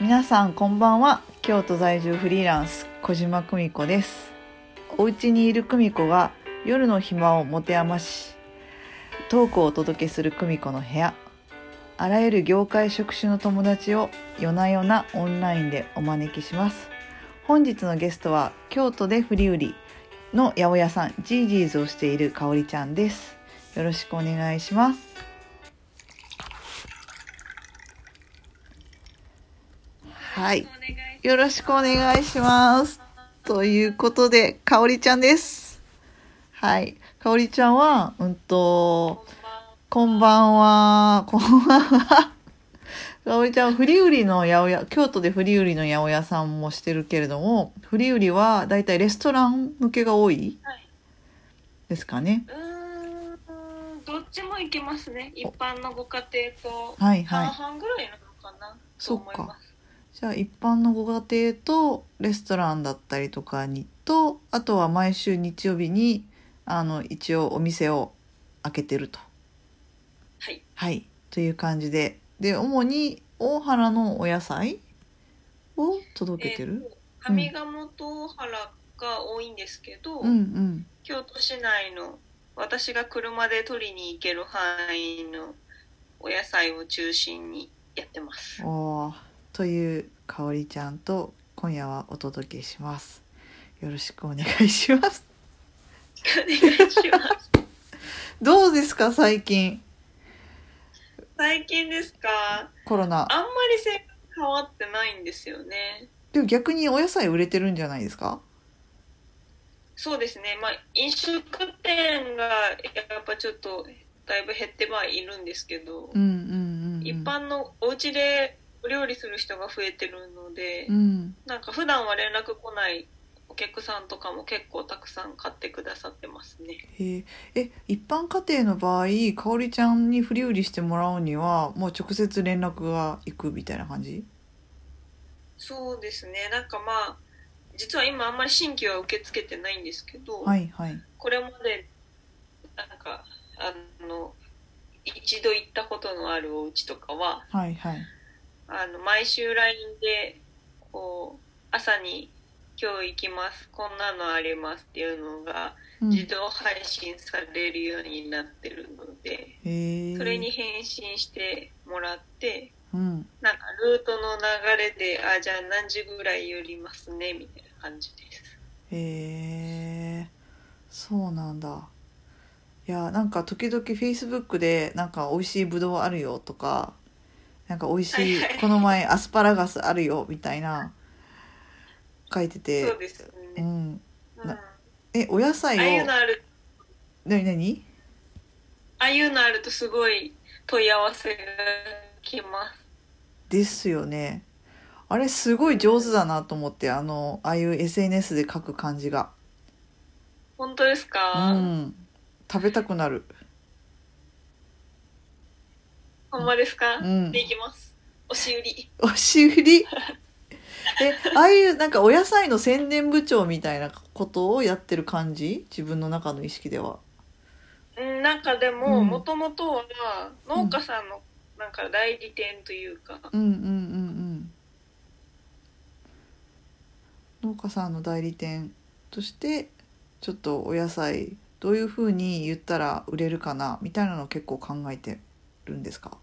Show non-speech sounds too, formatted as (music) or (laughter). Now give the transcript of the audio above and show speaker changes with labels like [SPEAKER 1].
[SPEAKER 1] 皆さんこんばんは京都在住フリーランス小島久美子ですお家にいる久美子が夜の暇を持て余しトークをお届けする久美子の部屋あらゆる業界職種の友達を夜な夜なオンラインでお招きします本日のゲストは京都でフリ売りの八百屋さんジージーズをしている香里ちゃんですよろしくお願いしますはいよろしくお願いします。ということで、かおりちゃんです。はい。かおりちゃんは、うんと、こんばんは。こんばんは。かおりちゃんは、フリウリの八百屋、京都でフリウリの八百屋さんもしてるけれども、フリウリはだいたいレストラン向けが多い
[SPEAKER 2] はい
[SPEAKER 1] ですかね。
[SPEAKER 2] うーんどっちもいけますね一般のご家庭と
[SPEAKER 1] はいはい。
[SPEAKER 2] 半々ぐらいなのかなと
[SPEAKER 1] そっ
[SPEAKER 2] 思いま
[SPEAKER 1] か
[SPEAKER 2] す。
[SPEAKER 1] じゃあ一般のご家庭とレストランだったりとかにとあとは毎週日曜日にあの一応お店を開けてると
[SPEAKER 2] はい
[SPEAKER 1] はいという感じでで主に大原のお野菜を届けてる、
[SPEAKER 2] えー上賀茂と大原が多いんですけど、
[SPEAKER 1] うんうん
[SPEAKER 2] 京都市内の私が車で取りに行ける範囲のお野菜を中心にやってます
[SPEAKER 1] おーというかおりちゃんと今夜はお届けしますよろしくお願いします (laughs)
[SPEAKER 2] お願いします
[SPEAKER 1] どうですか最近
[SPEAKER 2] 最近ですか
[SPEAKER 1] コロナ
[SPEAKER 2] あんまり生活変わってないんですよね
[SPEAKER 1] でも逆にお野菜売れてるんじゃないですか
[SPEAKER 2] そうですね、まあ、飲食店がやっぱちょっとだいぶ減ってはいるんですけど、
[SPEAKER 1] うんうんうんうん、
[SPEAKER 2] 一般のお家でお料理する人が増えてるので、
[SPEAKER 1] うん、
[SPEAKER 2] なんか普段は連絡来ないお客さんとかも結構たくさん買ってくださってますね。
[SPEAKER 1] へーえ一般家庭の場合かおりちゃんに振り売りしてもらうにはもう直接連絡が行くみたいな感じ
[SPEAKER 2] そうですね、なんかまあ、実は今あんまり新規は受け付けてないんですけど、
[SPEAKER 1] はいはい
[SPEAKER 2] これまで、なんか、あの、一度行ったことのあるお家とかは、
[SPEAKER 1] はいはい
[SPEAKER 2] あの毎週 LINE でこう朝に「今日行きますこんなのあります」っていうのが
[SPEAKER 1] うん
[SPEAKER 2] 自動配信されるようになってるので
[SPEAKER 1] へー
[SPEAKER 2] それに返信してもらって
[SPEAKER 1] うん
[SPEAKER 2] なんかルートの流れで「あじゃあ何時ぐらい寄りますね」みたいな感じです。
[SPEAKER 1] へえそうなんだいやなんか時々フェイスブックでなんか美味しいぶどうあるよとかなんか美味しい、
[SPEAKER 2] はいはい
[SPEAKER 1] この前アスパラガスあるよみたいな書いてて
[SPEAKER 2] そうです
[SPEAKER 1] う
[SPEAKER 2] ね、
[SPEAKER 1] ん、
[SPEAKER 2] うん、あ
[SPEAKER 1] えお野菜を
[SPEAKER 2] あいうのある
[SPEAKER 1] 何何
[SPEAKER 2] ああいうのあるとすごい問い合わせが来ます。
[SPEAKER 1] ですよねあれすごい上手だなと思ってあのああいう SNS で書く感じが
[SPEAKER 2] 本当です
[SPEAKER 1] う
[SPEAKER 2] か、
[SPEAKER 1] ん食べたくなる (laughs)
[SPEAKER 2] ほんまですか、
[SPEAKER 1] うん
[SPEAKER 2] できます。押し売り。
[SPEAKER 1] 押し売りえああいうなんかお野菜の宣伝部長みたいなことをやってる感じ自分の中の意識では
[SPEAKER 2] うんなんかでも
[SPEAKER 1] うん
[SPEAKER 2] もともとは農家さんのなんか代理店というか、
[SPEAKER 1] うんうんうんうん農家さんの代理店としてちょっとお野菜どういうふうに言ったら売れるかなみたいなのを結構考えてるんですか